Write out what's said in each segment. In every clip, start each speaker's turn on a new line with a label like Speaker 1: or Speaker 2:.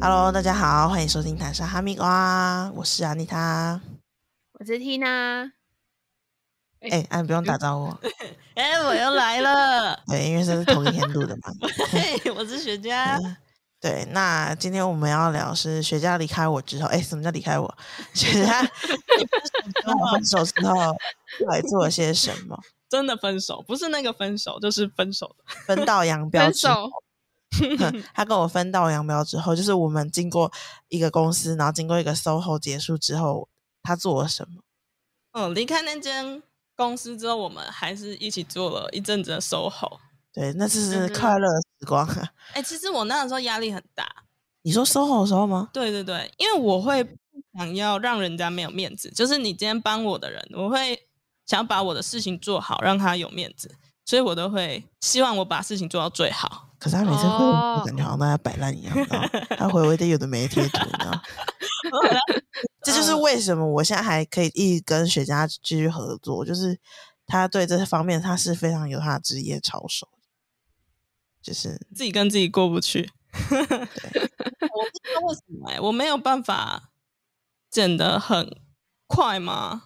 Speaker 1: Hello，大家好，欢迎收听《谈沙哈密瓜》，我是安妮塔。
Speaker 2: 我是 Tina，
Speaker 1: 哎、哎，不用打招 呼，，
Speaker 3: 哎、我又来了
Speaker 1: 对，因为这是同一天录的嘛。
Speaker 3: 嘿，我是雪茄。
Speaker 1: 对，那今天我们要聊是雪茄离开我之后，哎，什么叫离开我？ 雪茄跟我分手之后，到底做了些什么？
Speaker 3: 真的分手，不是那个分手，就是分手的。
Speaker 1: 分道扬镳
Speaker 2: 分
Speaker 1: 之
Speaker 2: 手
Speaker 1: 后， 哼他跟我分道扬镳之后，就是我们经过一个公司，然后经过一个 SOHO 结束之后，他做了什么？
Speaker 3: 嗯，离开那间公司之后，我们还是一起做了一阵子的 SOHO。
Speaker 1: 对，那次是
Speaker 2: 嗯哼
Speaker 1: 快乐的时光 啊！
Speaker 3: 哎、其实我那个时候压力很大，
Speaker 1: 你说 SOHO 的时候吗？
Speaker 3: 对对对，因为我会不想要让人家没有面子，就是你今天帮我的人，我会想要把我的事情做好，让他有面子，所以我都会希望我把事情做到最好。
Speaker 1: 可是他每次回我，
Speaker 2: 哦
Speaker 1: 我感觉好像都在摆烂一样，你知道吗他回我一堆有的没的贴图，你知道吗？ 这就是
Speaker 3: 嗯
Speaker 1: 为什么我现在还可以一直跟雪茄继续合作，就是他对这方面他是非常有他的职业操守的，就是
Speaker 3: 自己跟自己过 不去。我不知道为什么、欸，我没有办法减得很快吗？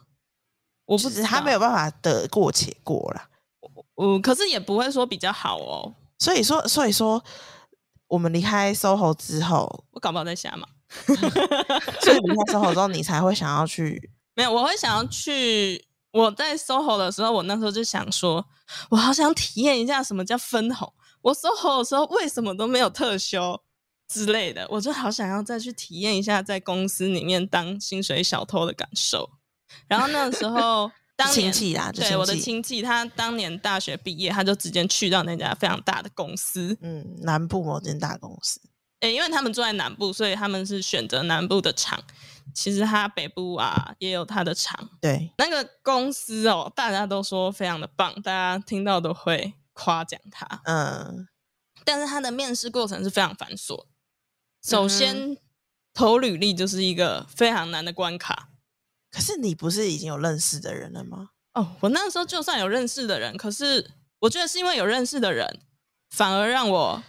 Speaker 3: 我不
Speaker 1: 就
Speaker 3: 知
Speaker 1: 是
Speaker 3: 道
Speaker 1: 他没有，办法得过且过啦。
Speaker 3: 我可是也不会说比较好哦，
Speaker 1: 所以说，所以说，我们离开 SOHO 之后，
Speaker 3: 我搞不好在瞎嘛。
Speaker 1: 所以离开 SOHO 之后，你才会想要去
Speaker 3: 没有，我会想要去。我在 SOHO 的时候，我那时候就想说，我好想体验一下什么叫分红。我 SOHO 的时候为什么都没有特休之类的，我就好想要再去体验一下在公司里面当薪水小偷的感受。然后那 时候，当
Speaker 1: 亲
Speaker 3: 年
Speaker 1: 戚啊啦，就
Speaker 3: 对我的
Speaker 1: 戚
Speaker 3: 亲戚，他当年大学毕业，他就直接去到那家非常大的公司。
Speaker 1: 嗯，南部某间大公司，
Speaker 3: 诶、因为他们住在南部，所以他们是选择南部的厂。其实他北部啊也有他的厂。
Speaker 1: 对，
Speaker 3: 那个公司哦，大家都说非常的棒，大家听到都会夸奖他。
Speaker 1: 嗯，
Speaker 3: 但是他的面试过程是非常繁琐的。首先，投履历就是一个非常难的关卡。
Speaker 1: 可是你不是已经有认识的人了吗？
Speaker 3: 哦，我那时候就算有认识的人，可是我觉得是因为有认识的人，反而让我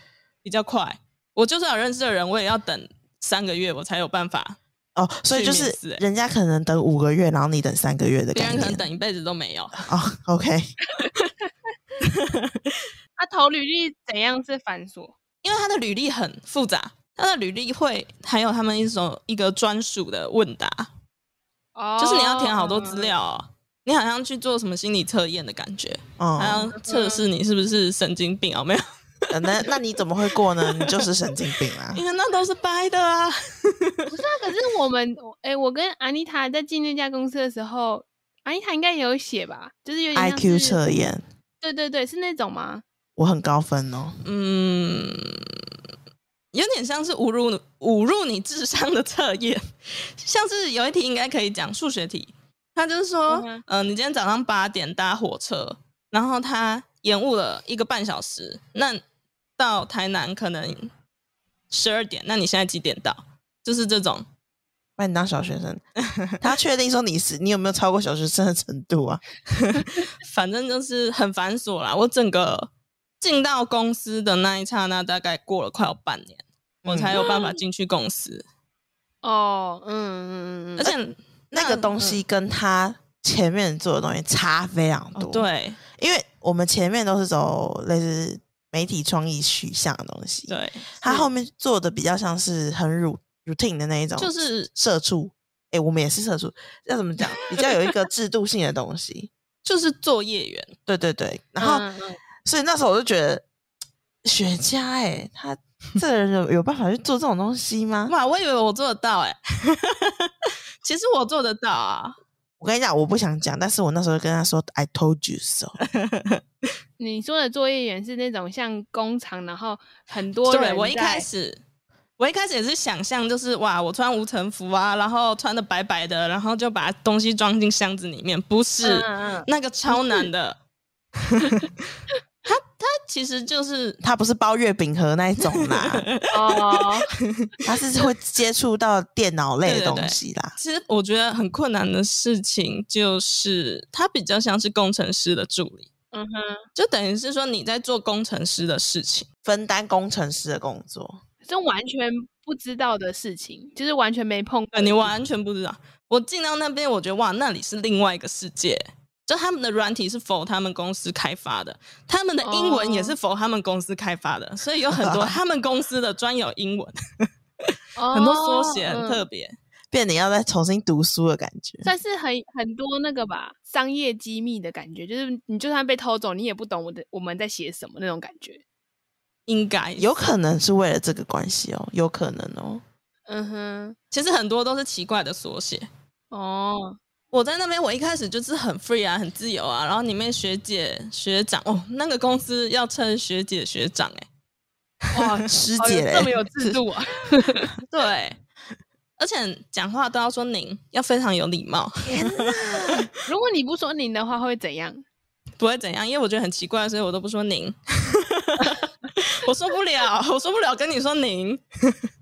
Speaker 3: 比较快。我就算有认识的人，我也要等三个月，我才有办法。
Speaker 1: 哦，所以
Speaker 3: 去
Speaker 1: 就
Speaker 3: 面
Speaker 1: 是
Speaker 3: 试欸
Speaker 1: 人家可能等五个月，然后你等三个月的
Speaker 3: 别
Speaker 1: 概
Speaker 3: 人可能
Speaker 1: 念。
Speaker 3: 等一辈子都没有。
Speaker 1: 哦，OK，
Speaker 2: 啊，投履历怎样是繁琐？
Speaker 3: 因为他的履历很复杂，他的履历会还有他们一种一个专属的问答，
Speaker 2: 哦
Speaker 3: 就是你要填好多资，料哦。你好像去做什么心理测验的感觉，还
Speaker 1: 哦，
Speaker 3: 要测试你是不是神经病哦？没有，
Speaker 1: 呃那那你怎么会过呢？你就是神经病啊！
Speaker 3: 因为那都是掰的啊。
Speaker 2: 不是啊？可是我们，哎、我跟安妮塔在进那家公司的时候，安妮塔应该也有写吧？就是有点像是
Speaker 1: IQ 测验，
Speaker 2: 对对对，是那种吗？
Speaker 1: 我很高分哦。
Speaker 3: 嗯，有点像是侮辱侮辱你智商的测验，像是有一题应该可以讲数学题，他就是说，
Speaker 2: 嗯
Speaker 3: 嗯、你今天早上八点搭火车，然后他延误了一个半小时，那到台南可能十二点，那你现在几点到？就是这种，
Speaker 1: 把你当小学 生，他确定说你是你有没有超过小学生的程度啊？
Speaker 3: 反正就是很繁琐啦。我整个进到公司的那一刹那，大概过了快有半年，我才有办法进去公司，
Speaker 2: 哦，嗯嗯嗯嗯，
Speaker 3: 而且。
Speaker 1: 那个东西跟他前面做的东西差非常
Speaker 3: 嗯哦
Speaker 1: 多。，
Speaker 3: 对
Speaker 1: 因为我们前面都是走类似媒体创意取向的东西，
Speaker 3: 对，
Speaker 1: 他
Speaker 3: 是
Speaker 1: 后面做的比较像是很 ru- routine 的那一种，
Speaker 3: 就是
Speaker 1: 社畜。哎、我们也是社畜，要怎么讲？比较有一个制度性的东西。
Speaker 3: 就是作业员，
Speaker 1: 对对对，然后、
Speaker 2: 嗯嗯嗯
Speaker 1: 所以那时候我就觉得，雪茄哎、他这个人有有办法去做这种东西吗？
Speaker 3: 哇，我以为我做得到哎、 其实我做得到啊，
Speaker 1: 我跟你讲，我不想讲，但是我那时候跟他说，I told you so。
Speaker 2: 你说的作业员是那种像工厂，然后很多人
Speaker 3: 对我一
Speaker 2: 在嗯
Speaker 3: 开始。我一开始也是想象，就是哇，我穿无尘服啊，然后穿的白白的，然后就把东西装进箱子里面。不是，
Speaker 2: 嗯嗯嗯
Speaker 3: 那个超难的。他他其实就是
Speaker 1: 他不是包月饼盒那一种 啦，
Speaker 2: 哦，
Speaker 1: 他是会接触到电脑类的
Speaker 3: 对对对
Speaker 1: 东西啦。
Speaker 3: 其实我觉得很困难的事情，就是它比较像是工程师的助理，
Speaker 2: 嗯哼。
Speaker 3: 就等于是说你在做工程师的事情。
Speaker 1: 分担工程师的工作，
Speaker 2: 这完全不知道的事情，就是完全没碰过。
Speaker 3: 呃对你完全不知道。我进到那边，我觉得哇，那里是另外一个世界。就他们的软体是否他们公司开发的，他们的英文也是否他们公司开发的，所以有很多他们公司的专有英文，
Speaker 2: 哦
Speaker 3: 很多缩写很特
Speaker 2: 别，
Speaker 3: 别。
Speaker 1: 变得要再重新读书的感觉。
Speaker 2: 算是很很多那个吧，商业机密的感觉，就是你就算被偷走，你也不懂我的我们在写什么那种感觉。
Speaker 3: 应该
Speaker 1: 有，可能是为了这个关系哦，有可能 哦。
Speaker 2: 嗯哼，
Speaker 3: 其实很多都是奇怪的缩写。
Speaker 2: 哦，
Speaker 3: 我在那边，我一开始就是很 free 啊，很自由啊。然后里面学姐学长，哦，那个公司要称学姐学长、欸，
Speaker 2: 哇，
Speaker 1: 师
Speaker 2: 哦有
Speaker 1: 姐
Speaker 2: 这么
Speaker 1: 嘞，
Speaker 2: 有制度啊！
Speaker 3: 对，而且讲话都要说您，要非常有礼貌，
Speaker 2: 如果你不说您的话，会怎样？
Speaker 3: 不会怎样，因为我觉得很奇怪，所以我都不说 您。我受不了，我受不了跟你说您，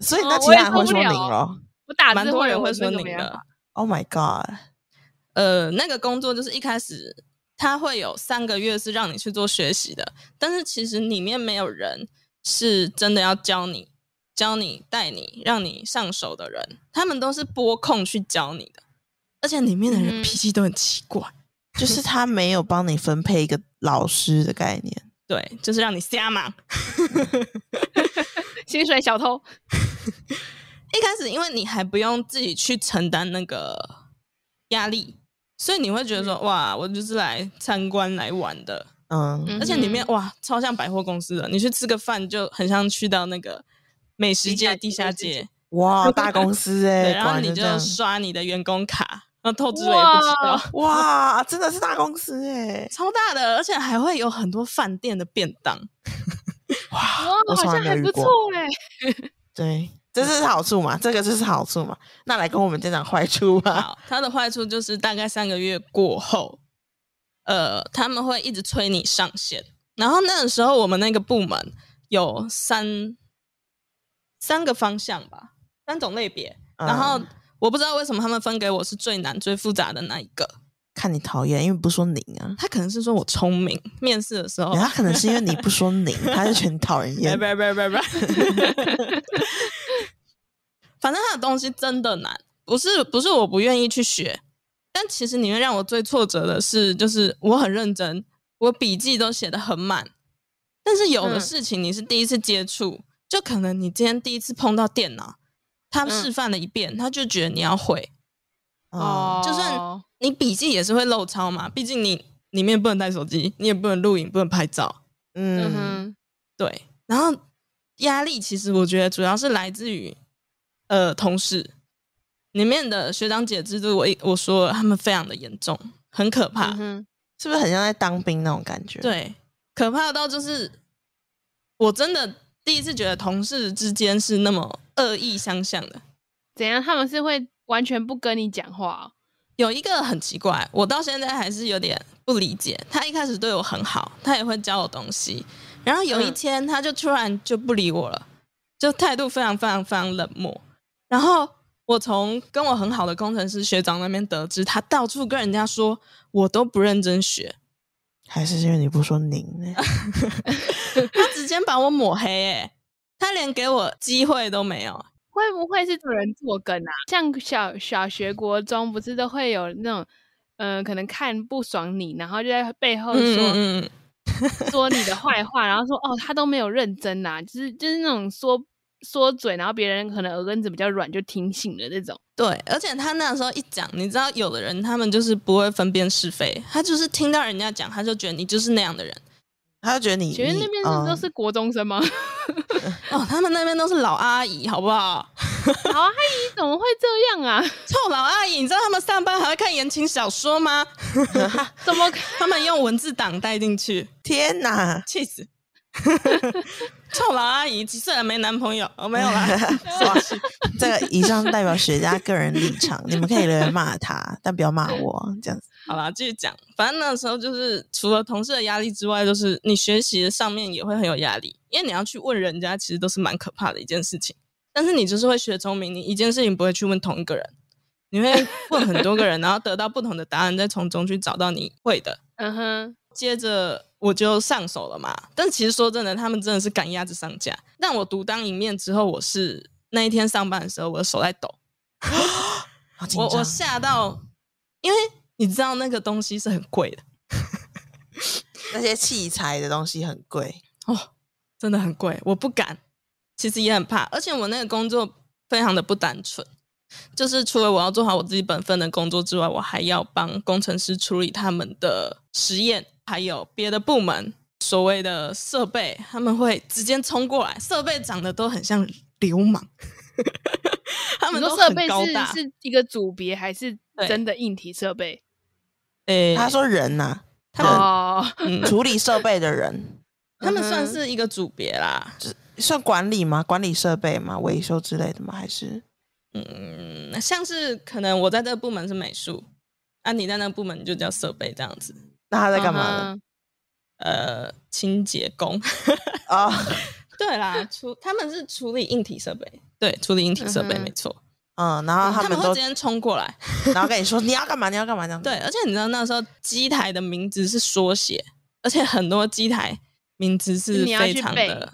Speaker 1: 所以
Speaker 2: 哦
Speaker 1: 那其
Speaker 2: 我也
Speaker 1: 他人会
Speaker 2: 受
Speaker 1: 说
Speaker 2: 不
Speaker 1: 您
Speaker 2: 了
Speaker 1: 咯。
Speaker 2: 我打
Speaker 3: 蛮
Speaker 2: 字
Speaker 3: 多
Speaker 2: 会
Speaker 3: 人会
Speaker 2: 说
Speaker 3: 说您的。
Speaker 1: Oh my god！
Speaker 3: 呃，那个工作就是一开始他会有三个月是让你去做学习的，但是其实里面没有人是真的要教你、教你、带你、让你上手的人，他们都是拨空去教你的，而且里面的人
Speaker 2: 嗯
Speaker 3: 脾气都很奇怪，
Speaker 1: 就是他没有帮你分配一个老师的概念，
Speaker 3: 对，就是让你瞎忙。
Speaker 2: 薪水小偷，
Speaker 3: 一开始因为你还不用自己去承担那个压力，所以你会觉得说，哇，我就是来参观来玩的，
Speaker 1: 嗯，
Speaker 2: 嗯
Speaker 3: 而且里面哇，超像百货公司的，你去吃个饭就很像去到那个美食街地
Speaker 2: 地
Speaker 3: 下
Speaker 2: 下街
Speaker 3: 街，
Speaker 1: 哇，大公司哎、
Speaker 3: 对，
Speaker 1: 欸，
Speaker 3: 然
Speaker 1: 果
Speaker 3: 后
Speaker 1: 然
Speaker 3: 你
Speaker 1: 这
Speaker 3: 就
Speaker 1: 样，
Speaker 3: 刷你的员工卡，然后透支了也不知道，
Speaker 1: 哇，真的是大公司哎、欸，
Speaker 3: 超大的，而且还会有很多饭店的便当，
Speaker 2: 哇，
Speaker 1: 我
Speaker 2: 好
Speaker 1: 从来
Speaker 2: 像
Speaker 1: 没有
Speaker 2: 还
Speaker 1: 遇
Speaker 2: 不
Speaker 1: 过
Speaker 2: 错哎。
Speaker 1: 对，这是好处嘛，这个就是好处嘛。那来跟我们讲讲坏处吧。
Speaker 3: 好，它的坏处就是大概三个月过后，呃，他们会一直催你上线。然后那个时候，我们那个部门有三三个方向吧，三种类别。
Speaker 1: 嗯
Speaker 3: 然后我不知道为什么他们分给我是最难、最复杂的那一个。
Speaker 1: 看你讨厌，因为不说您啊，
Speaker 3: 他可能是说我聪明，面试的时
Speaker 2: 哦
Speaker 3: 候，
Speaker 1: 他可能是因为你不说您，他就觉得你讨 人
Speaker 3: 别
Speaker 1: 厌。嗯
Speaker 3: 别别别别，反正他的东西真的难，不是不是我不愿意去学，但其实里面让我最挫折的是，就是我很认真，我笔记都写的很满，但是有的
Speaker 2: 嗯
Speaker 3: 事情你是第一次接触，就可能你今天第一次碰到电脑，他
Speaker 2: 嗯
Speaker 3: 示范了一遍，他就觉得你要会，
Speaker 1: 哦，
Speaker 3: 就算你笔记也是会漏抄嘛，毕竟你里面不能带手机，你也不能录影，不能拍照，
Speaker 2: 嗯
Speaker 1: 嗯，
Speaker 2: 哼，
Speaker 3: 对，然后压力其实我觉得主要是来自于呃同事里面的学长姐制度我，一我说了他们非常的严重，很可怕。
Speaker 2: 嗯哼，
Speaker 1: 是不是很像在当兵那种感觉？，
Speaker 3: 对，可怕到就是我真的第一次觉得同事之间是那么恶意相向的。
Speaker 2: 怎样？他们是会完全不跟你讲话哦？
Speaker 3: 有一个很奇怪，我到现在还是有点不理解。他一开始对我很好，他也会教我东西，然后有一
Speaker 2: 嗯
Speaker 3: 天他就突然就不理我了，就态度非常非常非常冷漠。然后我从跟我很好的工程师学长那边得知，他到处跟人家说我都不认真学，
Speaker 1: 还是因为你不说您呢？
Speaker 3: 他直接把我抹黑、欸，他连给我机会都没有。
Speaker 2: 会不会是有人作梗啊？像小小学、国中不是都会有那种，嗯，可能看不爽你，然后就在背后
Speaker 3: 嗯
Speaker 2: 哦说
Speaker 3: 嗯嗯，
Speaker 2: 说你的坏话，然后说哦，他都没有认真呐、就是就是那种说说嘴，然后别人可能耳根子比较软，就听信了那种。
Speaker 3: 对，而且他那时候一讲，你知道，有的人他们就是不会分辨是非，他就是听到人家讲，他就觉得你就是那样的人。
Speaker 1: 他就觉得你
Speaker 2: 学院那
Speaker 1: 你
Speaker 2: 边是都是
Speaker 1: 嗯
Speaker 2: 国中生吗？
Speaker 3: 哦，他们那边都是老阿姨，好不好？
Speaker 2: 好啊，阿姨怎么会这样啊？
Speaker 3: 臭老阿姨，你知道他们上班还会看言情小说吗？
Speaker 2: 怎么可
Speaker 3: 他们用文字档带进去，
Speaker 1: 天哪，
Speaker 3: 气死！ 臭老阿姨几岁了没男朋友？哦，没有 啦。
Speaker 1: 啊这个以上代表雪茄个人立场，你们可以留言骂他，但不要骂我这样子。
Speaker 3: 好啦，继续讲。反正那时候就是除了同事的压力之外，就是你学习的上面也会很有压力，因为你要去问人家，其实都是蛮可怕的一件事情。但是你就是会学聪明，你一件事情不会去问同一个人，你会问很多个人，然后得到不同的答案，再从中去找到你会的。
Speaker 2: 嗯哼，
Speaker 3: 接着我就上手了嘛。但其实说真的，他们真的是赶鸭子上架。但我独当一面之后，我是那一天上班的时候，我的手在抖，
Speaker 1: 好紧
Speaker 3: 我
Speaker 1: 张嗯
Speaker 3: 我吓到，因为你知道那个东西是很贵的
Speaker 1: 那些器材的东西很贵，
Speaker 3: 哦，真的很贵，我不敢，其实也很怕，而且我那个工作非常的不单纯。就是除了我要做好我自己本分的工作之外，我还要帮工程师处理他们的实验，还有别的部门所谓的设备，他们会直接冲过来，设备长得都很像流氓， 他
Speaker 2: 你
Speaker 3: 们
Speaker 2: 说
Speaker 3: 都
Speaker 2: 设
Speaker 3: 很
Speaker 2: 备
Speaker 3: 高
Speaker 2: 是
Speaker 3: 大。
Speaker 2: 是一个组别还是
Speaker 3: 对
Speaker 2: 真的硬体设备？
Speaker 3: 诶
Speaker 1: 他说人呐、
Speaker 3: 他们
Speaker 2: 哦，
Speaker 3: 嗯
Speaker 1: 处理设备的人
Speaker 3: 他们
Speaker 2: 嗯
Speaker 3: 算
Speaker 2: 哼
Speaker 3: 是一个组别啦，
Speaker 1: 算管理吗？管理设备吗？维修之类的吗？还是
Speaker 3: 嗯，像是可能我在这个部门是美术，啊，你在那个部门就叫设备这样子，
Speaker 1: 那他在干嘛呢？
Speaker 2: 嗯
Speaker 3: 呃，清洁工，
Speaker 1: 啊、
Speaker 3: 对啦，处他们是处理硬体设备，对，处理硬体设备、
Speaker 2: 嗯哼
Speaker 3: 没错，
Speaker 1: 嗯，然后
Speaker 3: 他嗯
Speaker 1: 他们
Speaker 3: 会
Speaker 1: 都
Speaker 3: 直，接冲过来，
Speaker 1: 然后跟你说你要干嘛？你要干嘛？这样子
Speaker 3: 对，，而且你知道那时候机台的名字是缩写，而且很多机台名字是
Speaker 2: 你要
Speaker 3: 非
Speaker 2: 去
Speaker 3: 常
Speaker 2: 背
Speaker 3: 的，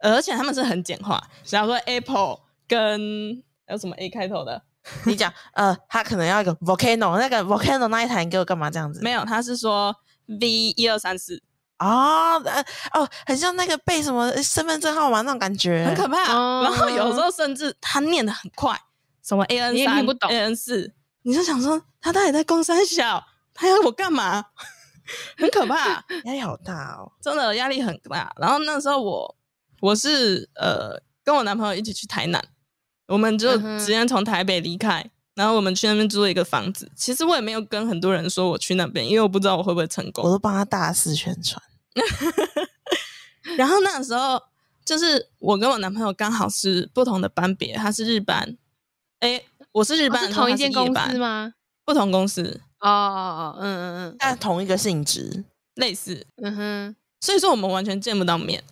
Speaker 3: 呃而且他们是很简化，比方说 Apple 跟还有什么 A 开头的，
Speaker 1: 你讲呃，他可能要一个 volcano，那个 volcano 那一台你给我干嘛？这样子
Speaker 3: 没有，他是说 V 一二三四，
Speaker 1: 啊、呃哦，很像那个背什么身份证号码那种感觉，
Speaker 3: 很可怕。
Speaker 2: 哦
Speaker 3: 然后有时候甚至他念的很快，什么 A N
Speaker 2: 你也
Speaker 3: 三
Speaker 2: 听不懂
Speaker 3: A N 四，你就想说他到底在公山小，他要我干嘛？ 很可怕，
Speaker 1: 压力好大哦。
Speaker 3: 真的压力很大。然后那时候我我是呃跟我男朋友一起去台南，我们就
Speaker 2: 嗯哼
Speaker 3: 直接从台北离开。然后我们去那边租了一个房子，其实我也没有跟很多人说我去那边，因为我不知道我会不会成功
Speaker 1: 我。都帮他大肆宣传。
Speaker 3: 然后那时候就是我跟我男朋友刚好是不同的班别，他是日班，诶，我是日
Speaker 2: 哦
Speaker 3: 班
Speaker 2: 是
Speaker 3: 的时候，
Speaker 2: 同一
Speaker 3: 他
Speaker 2: 间
Speaker 3: 夜
Speaker 2: 公
Speaker 3: 班
Speaker 2: 司？吗？
Speaker 3: 不同公司，
Speaker 2: 哦哦哦，嗯嗯
Speaker 1: 但同一个性质，
Speaker 3: 类似，
Speaker 2: 嗯嗯哼
Speaker 3: 所以说我们完全见不到面。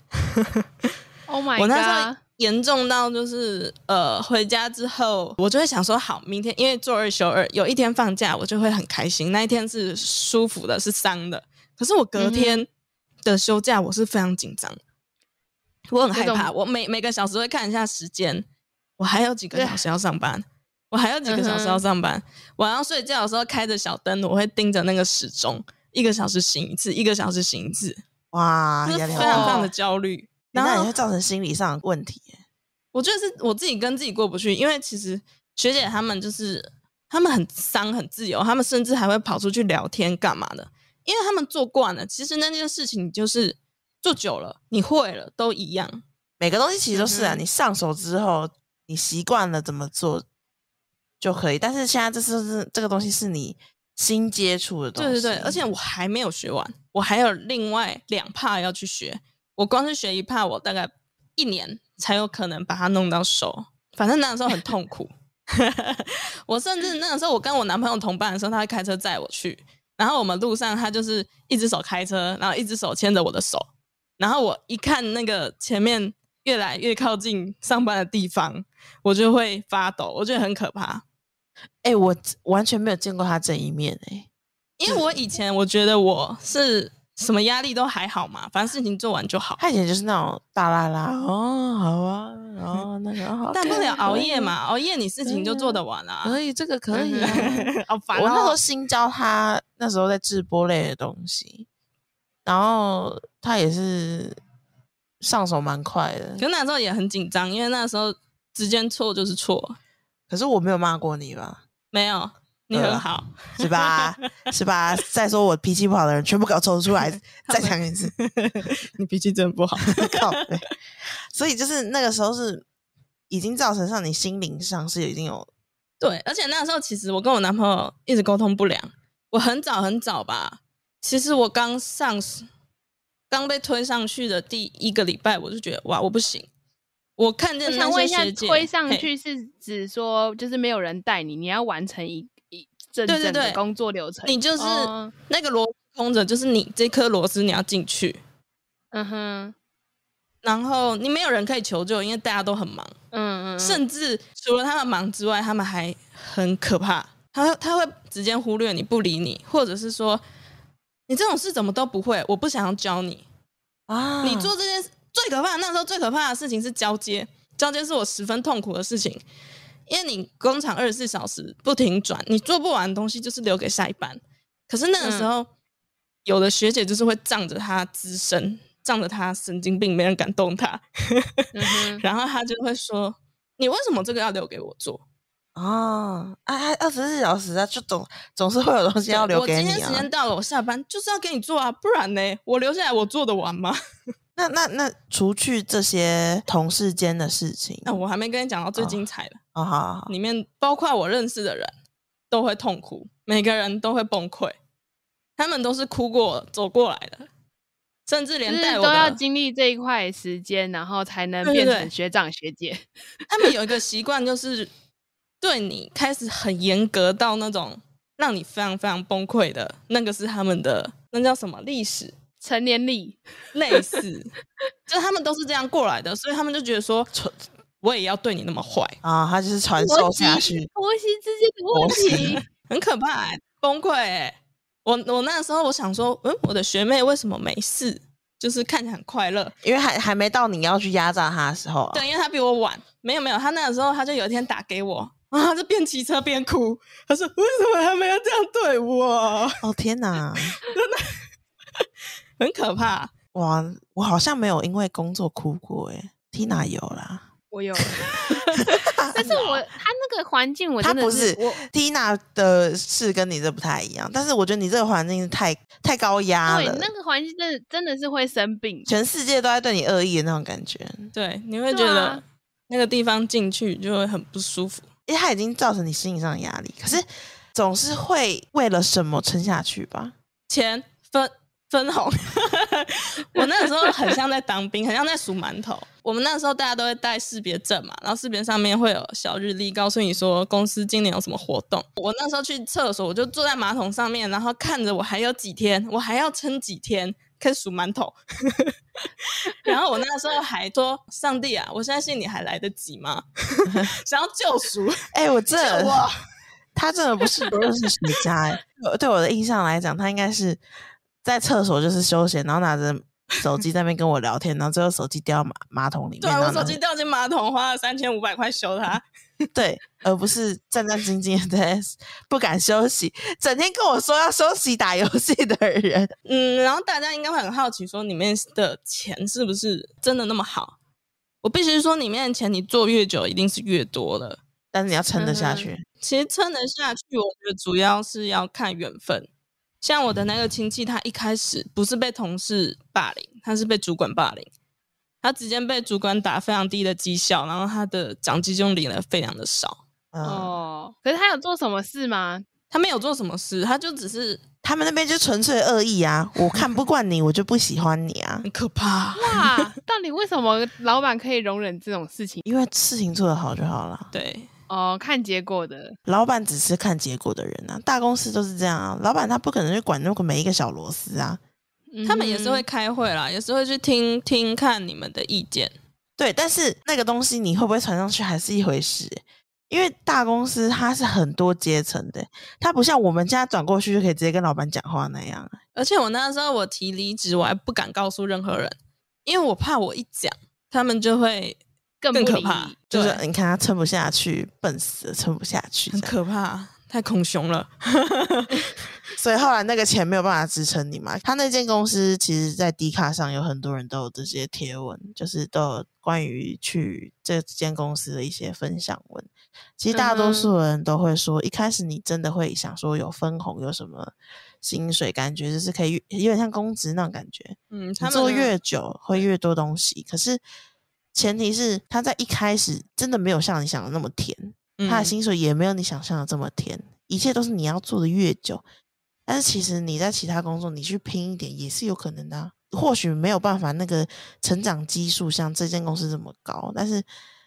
Speaker 2: ，Oh my
Speaker 3: 我那时
Speaker 2: god！
Speaker 3: 候严重到就是呃，回家之后我就会想说，好，明天因为周二休二，有一天放假，我就会很开心，那一天是舒服的，是伤的。可是我隔天的休假，我是非常紧张的，我很害
Speaker 2: 有种
Speaker 3: 怕，我每每个小时会看一下时间，我还有几个
Speaker 2: 对
Speaker 3: 小时要上班。我还有几个小时要上班，晚上睡觉的时候开着小灯，我会盯着那个时钟，一个小时醒一次，一个小时醒一次，
Speaker 1: 哇，
Speaker 3: 就是
Speaker 1: 啊压
Speaker 3: 非
Speaker 1: 力
Speaker 3: 常
Speaker 1: 好
Speaker 3: 非
Speaker 1: 大。哦
Speaker 3: 常的焦虑。然
Speaker 1: 那
Speaker 3: 后
Speaker 1: 也会造成心理上的问题耶。
Speaker 3: 我觉得是我自己跟自己过不去，因为其实学姐她们就是她们很伤很自由，她们甚至还会跑出去聊天干嘛的，因为她们做惯了。其实那件事情你就是做久了，你会了都一样。
Speaker 1: 每个东西其实都是啊，
Speaker 2: 嗯哼
Speaker 1: 你上手之后，你习惯了怎么做就可以。但是现在这是是这个东西是你新接触的东
Speaker 3: 对
Speaker 1: 西，
Speaker 3: 对对，而且我还没有学完，我还有另外两帕要去学。我光是学一帕，我大概一年才有可能把它弄到手。反正那个时候很痛苦。 我甚至那个时候，我跟我男朋友同伴的时候，他会开车载我去，然后我们路上他就是一只手开车，然后一只手牵着我的手，然后我一看那个前面越来越靠近上班的地方，我就会发抖，我觉得很可怕。
Speaker 1: 哎、我完全没有见过他这一面哎、
Speaker 3: 因为我以前我觉得我是什么压力都还好嘛，反正事情做完就好，
Speaker 1: 他以前就是那种大啦啦哦，好啊，哦那个好，
Speaker 3: 大不
Speaker 1: 可以
Speaker 3: 了熬夜，嘛，
Speaker 1: 可以
Speaker 3: 熬夜你事情就做得完啦、
Speaker 1: 可以这个可以啊。
Speaker 3: 好 烦
Speaker 1: 我那时
Speaker 3: 哦
Speaker 1: 候！新教他，那时候在直播类的东西，然后他也是上手蛮快的。
Speaker 3: 可那时候也很紧张，因为那时候之间错就是错，
Speaker 1: 可是我没有骂过你 吧？
Speaker 3: 没有你
Speaker 1: 呃
Speaker 3: 很好，
Speaker 1: 是吧？是吧？再说我脾气不好的人，全部给我抽出 来，再讲一次。
Speaker 3: 你脾气真 不好。
Speaker 1: 靠背所以就是那个时候是已经造成上你心灵上是已经有
Speaker 3: 对，而且那时候其实我跟我男朋友一直沟通不良，我很早很早吧，其实我刚上刚被推上去的第一个礼拜，我就觉得哇，我不行。我看
Speaker 2: 我
Speaker 3: 见
Speaker 2: 想
Speaker 3: 嗯那
Speaker 2: 问
Speaker 3: 些
Speaker 2: 一下
Speaker 3: 学，姐
Speaker 2: 推上
Speaker 3: 嘿
Speaker 2: 去是指说就是没有人带你，你要完成一一正
Speaker 3: 对对
Speaker 2: 正的
Speaker 3: 对
Speaker 2: 工作流程，
Speaker 3: 你就是
Speaker 2: 哦
Speaker 3: 那个螺丝空着，就是你这颗螺丝你要进去，
Speaker 2: 嗯哼，
Speaker 3: 然后你没有人可以求救，因为大家都很忙，
Speaker 2: 嗯嗯，嗯
Speaker 3: 甚至除了他们忙之外，他们还很可怕，他他会直接忽略你不理你，或者是说你这种事怎么都不会，我不想要教你。
Speaker 1: 啊
Speaker 3: 你做这件事最可怕的，那时候最可怕的事情是交接，这件是我十分痛苦的事情，因为你工厂二十四小时不停转，你做不完的东西就是留给下一班。可是那个时
Speaker 1: 嗯
Speaker 3: 候，有的学姐就是会仗着她资深，仗着她神经病，没人敢动她，
Speaker 2: 嗯哼
Speaker 3: 然后她就会说：“你为什么这个要留给我做？
Speaker 1: 哦，啊，二十四小时啊，就总总是会有东西要留给
Speaker 3: 我今
Speaker 1: 你
Speaker 3: 天时
Speaker 1: 啊。
Speaker 3: 间到了，我下班就是要给你做啊，不然呢，我留下来我做得完吗？”
Speaker 1: 那那那，除去这些同事间的事情，
Speaker 3: 那、我还没跟你讲到最精彩的。
Speaker 1: 哦，好好好，
Speaker 3: 里面包括我认识的人都会痛苦，每个人都会崩溃，他们都是哭过走过来的，甚至连
Speaker 2: 就
Speaker 3: 带
Speaker 2: 是
Speaker 3: 我
Speaker 2: 都要
Speaker 3: 的。
Speaker 2: 经历这一块时间，然后才能
Speaker 3: 对对
Speaker 2: 变
Speaker 3: 对
Speaker 2: 成学长学姐。
Speaker 3: 他们有一个习惯，就是对你开始很严格到那种让你非常非常崩溃的，那个是他们的那叫什么历史
Speaker 2: 成年礼，
Speaker 3: 类似， 就是他们都是这样过来的，所以他们就觉得说，我也要对你那么坏，
Speaker 1: 啊，他就是传授
Speaker 2: 婆媳
Speaker 1: 下去，
Speaker 2: 婆媳之间的问
Speaker 1: 婆媳
Speaker 2: 题，
Speaker 3: 很可怕、欸，崩溃、欸。我我那时候我想说，嗯，我的学妹为什么没事？就是看起来很快乐，
Speaker 1: 因为还还没到你要去压榨他的时候啊。
Speaker 3: 对，因为她比我晚。没有没有，她那个时候她就有一天打给我，啊，她就边骑车边哭，她说为什么他们要这样对我？
Speaker 1: 哦天哪，
Speaker 3: 很可怕。
Speaker 1: 哇，我好像没有因为工作哭过诶，Tina 有啦，
Speaker 2: 我有。但是我他那个环境，我
Speaker 1: 他
Speaker 2: 真的
Speaker 1: 不是
Speaker 2: 我
Speaker 1: Tina 的事跟你这不太一样，但是我觉得你这个环境是太太高压
Speaker 2: 对
Speaker 1: 了，
Speaker 2: 那个环境真的真的是会生病。
Speaker 1: 全世界都在对你恶意的那种感觉，
Speaker 3: 对，你会觉
Speaker 2: 对啊
Speaker 3: 得那个地方进去就会很不舒服。
Speaker 1: 因为它已经造成你心理上的压力，可是总是会为了什么撑下去吧？
Speaker 3: 钱分分红。我那个时候很像在当兵，很像在数馒头。我们那时候大家都会带识别证嘛，然后识别上面会有小日历，告诉你说公司今年有什么活动。我那时候去厕所，我就坐在马桶上面，然后看着我还有几天，我还要撑几天，开始数馒头。 然后我那时候还说：“上帝啊，我相信你还来得及吗？ 想要救赎，
Speaker 1: 哎、我这
Speaker 3: 救我！”
Speaker 1: 他真的不是不认识谁家、欸，对对我的印象来讲，他应该是在厕所就是休闲，然后拿着手机在那边跟我聊天，然后最后手机掉到马马桶里面，
Speaker 3: 对啊
Speaker 1: 然
Speaker 3: 我
Speaker 1: 后拿
Speaker 3: 手机掉进马桶，花了三千五百块修它。
Speaker 1: 对，而不是战战兢兢的在不敢休息，整天跟我说要休息打游戏的人，
Speaker 3: 嗯，然后大家应该会很好奇，说里面的钱是不是真的那么好？我必须说，里面的钱你做越久，一定是越多的。
Speaker 1: 但是你要撑得下
Speaker 2: 嗯哼
Speaker 1: 去。
Speaker 3: 其实撑得下去，我觉得主要是要看缘分。像我的那个亲戚，他一开始不是被同事霸凌，他是被主管霸凌，他直接被主管打非常低的绩效，然后他的奖金就领的非常的少。
Speaker 1: 嗯，
Speaker 2: 哦，可是他有做什么事吗？
Speaker 3: 他没有做什么事，他就只是
Speaker 1: 他们那边就纯粹恶意啊，我看不惯你，我就不喜欢你 啊，
Speaker 3: 很可怕。
Speaker 2: 哇，到底为什么老板可以容忍这种事情？
Speaker 1: 因为事情做得好就好了。
Speaker 3: 对，
Speaker 2: 哦，看结果的。
Speaker 1: 老板只是看结果的人啊，大公司都是这样啊，老板他不可能去管那个每一个小螺丝啊。
Speaker 2: 嗯
Speaker 3: 他们也是会
Speaker 2: 哼
Speaker 3: 开会啦，也是会去听听看你们的意见。
Speaker 1: 对，但是那个东西你会不会传上去还是一回事、因为大公司它是很多阶层的，它不像我们现在转过去就可以直接跟老板讲话那样。啊
Speaker 3: 而且我那时候我提离职，我还不敢告诉任何人，因为我怕我一讲，他们就会
Speaker 2: 更
Speaker 3: 更
Speaker 2: 不
Speaker 3: 可
Speaker 2: 理
Speaker 3: 怕
Speaker 2: 你，
Speaker 1: 就是哎
Speaker 3: 对
Speaker 1: 你看他撑不下去，笨死了，撑不下去这
Speaker 3: 很
Speaker 1: 样。
Speaker 3: 可怕，太恐熊了。
Speaker 1: 所以后来那个钱没有办法支撑你嘛。他那间公司其实，在 D 卡上有很多人都有这些贴文，就是都有关于去这间公司的一些分享文。其实大多数人都会说，一开始你真的会想说有分红，有什么薪水，感觉就是可以有点像公职那种感觉。
Speaker 3: 嗯，他
Speaker 1: 你
Speaker 3: 们
Speaker 1: 做
Speaker 3: 的
Speaker 1: 越久会越多东西，可是前提是他在一开始真的没有像你想的那么甜，他的
Speaker 3: 嗯
Speaker 1: 薪水也没有你想象的这么甜，一切都是你要做的越久。但是其实你在其他工作，你去拼一点也是有可能的啊、或许没有办法那个成长基数像这间公司这么高，但是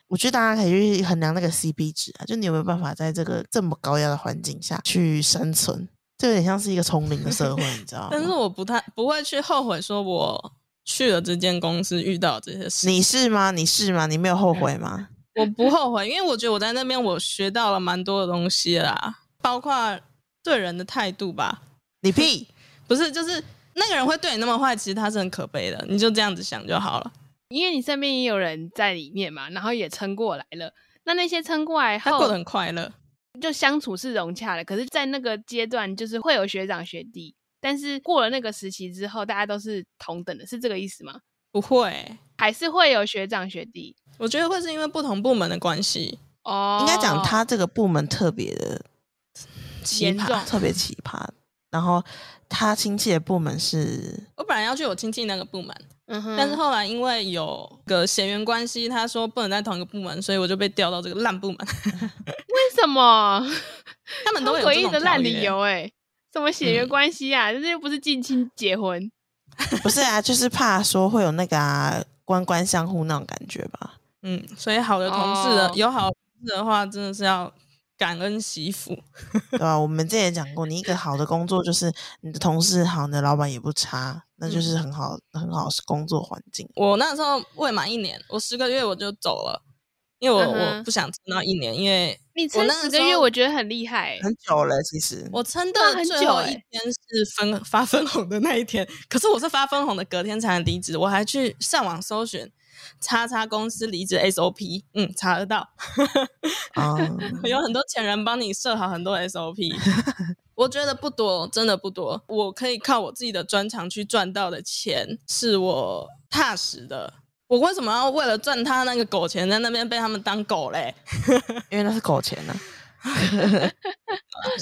Speaker 1: 我觉得大家可以去衡量那个 CP 值啊，就你有没有办法在这个这么高压的环境下去生存。这有点像是一个丛林的社会，你知道吗？
Speaker 3: 但是我不太不会去后悔，说我去了这间公司遇到这些事，
Speaker 1: 你是吗？你是吗？你没有后悔吗？
Speaker 3: 我不后悔，因为我觉得我在那边我学到了蛮多的东西啦，包括对人的态度吧。
Speaker 1: 你屁！
Speaker 3: 不是，就是那个人会对你那么坏，其实他是很可悲的，你就这样子想就好了。
Speaker 2: 因为你身边也有人在里面嘛，然后也撑过来了。那那些撑过来
Speaker 3: 他过得
Speaker 2: 后，
Speaker 3: 很快乐。
Speaker 2: 就相处是融洽的。可是，在那个阶段，就是会有学长学弟，但是过了那个时期之后，大家都是同等的，是这个意思吗？
Speaker 3: 不会，
Speaker 2: 还是会有学长学弟？
Speaker 3: 我觉得会是因为不同部门的关系。
Speaker 2: 哦，
Speaker 1: 应该讲他这个部门特别的奇
Speaker 2: 严重
Speaker 1: 葩，特别奇葩。然后他亲戚的部门是
Speaker 3: 我本来要去我亲戚那个部门，
Speaker 2: 嗯哼，
Speaker 3: 但是后来因为有个血缘关系，他说不能在同一个部门，所以我就被调到这个烂部门。
Speaker 2: 为什么？
Speaker 3: 他们都会有
Speaker 2: 诡
Speaker 3: 这
Speaker 2: 异
Speaker 3: 种
Speaker 2: 的烂
Speaker 3: 条约
Speaker 2: 理由哎、什么血缘
Speaker 3: 嗯
Speaker 2: 关系啊？这、又不是近亲结婚，
Speaker 1: 不是啊？就是怕说会有那个啊官官相护那种感觉吧。
Speaker 3: 嗯，所以好的同事的、
Speaker 2: 哦
Speaker 3: 有好的同事的话，真的是要感恩惜福。
Speaker 1: 对啊吧、我们之前也讲过，你一个好的工作就是你的同事好，你的老板也不差，那就是很好、很好的工作环境。
Speaker 3: 我那时候未满一年，我十个月我就走了，因为
Speaker 2: 嗯
Speaker 3: 我、
Speaker 2: 哼
Speaker 3: 我不想撑到一年，因为
Speaker 2: 你撑
Speaker 3: 那
Speaker 2: 十
Speaker 3: 个
Speaker 2: 个
Speaker 3: 时候
Speaker 2: 月，我觉得很厉害、
Speaker 1: 很久了，其 实
Speaker 3: 我撑到
Speaker 2: 那很
Speaker 3: 最
Speaker 2: 久
Speaker 3: 后
Speaker 2: 欸
Speaker 3: 一天是分、 发分红的那一天，可是我是发分红的隔天才能离职，我还去上网搜寻叉叉公司离职 SOP，嗯，查得到，
Speaker 1: 啊，
Speaker 2: 嗯
Speaker 3: 有很多前人帮你设好很多 SOP。我觉得不多，真的不多。我可以靠我自己的专长去赚到的钱，是我踏实的。我为什么要为了赚他那个狗钱，在那边被他们当狗嘞？
Speaker 1: 因为那是狗钱呢、啊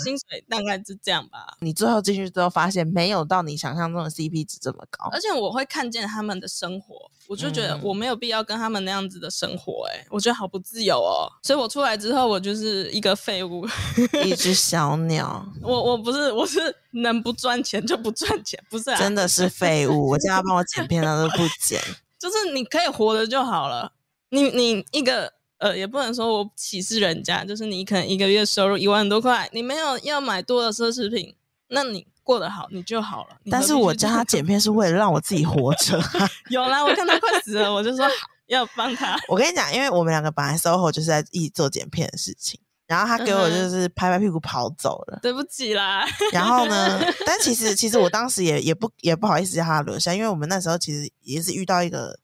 Speaker 3: 薪水大概是这样吧。
Speaker 1: 你最后进去之后发现没有到你想象中的 CP 值这么 高
Speaker 3: 而，且我会看见他们的生活，我就觉得
Speaker 1: 嗯
Speaker 3: 我没有必要跟他们那样子的生活、欸，我觉得好不自由哦。所以我出来之后，我就是一个废物。
Speaker 1: 一只小鸟
Speaker 3: 我我不是，我是能不赚钱就不赚钱，不是、啊、
Speaker 1: 真的是废物。我叫他帮我剪片，他都不剪。
Speaker 3: 就是你可以活着就好了。你你一个呃，也不能说我歧视人家，就是你可能一个月收入一万多块，你没有要买多的奢侈品，那你过得好你就好了。你
Speaker 1: 但
Speaker 3: 何
Speaker 1: 是
Speaker 3: 必去
Speaker 1: 我叫
Speaker 3: 这
Speaker 1: 他
Speaker 3: 样
Speaker 1: 剪片是为了让我自己活着。 啊
Speaker 3: 有啦，我看他快死了，我就说好要帮他。
Speaker 1: 我跟你讲，因为我们两个本来 SOHO 就是在一起做剪片的事情，然后他给我
Speaker 3: 嗯
Speaker 1: 就
Speaker 3: 哼
Speaker 1: 是拍拍屁股跑走了。
Speaker 3: 对不起啦，
Speaker 1: 然后 呢，但其实其实我当时也也不也不好意思叫他留下，因为我们那时候其实也是遇到一个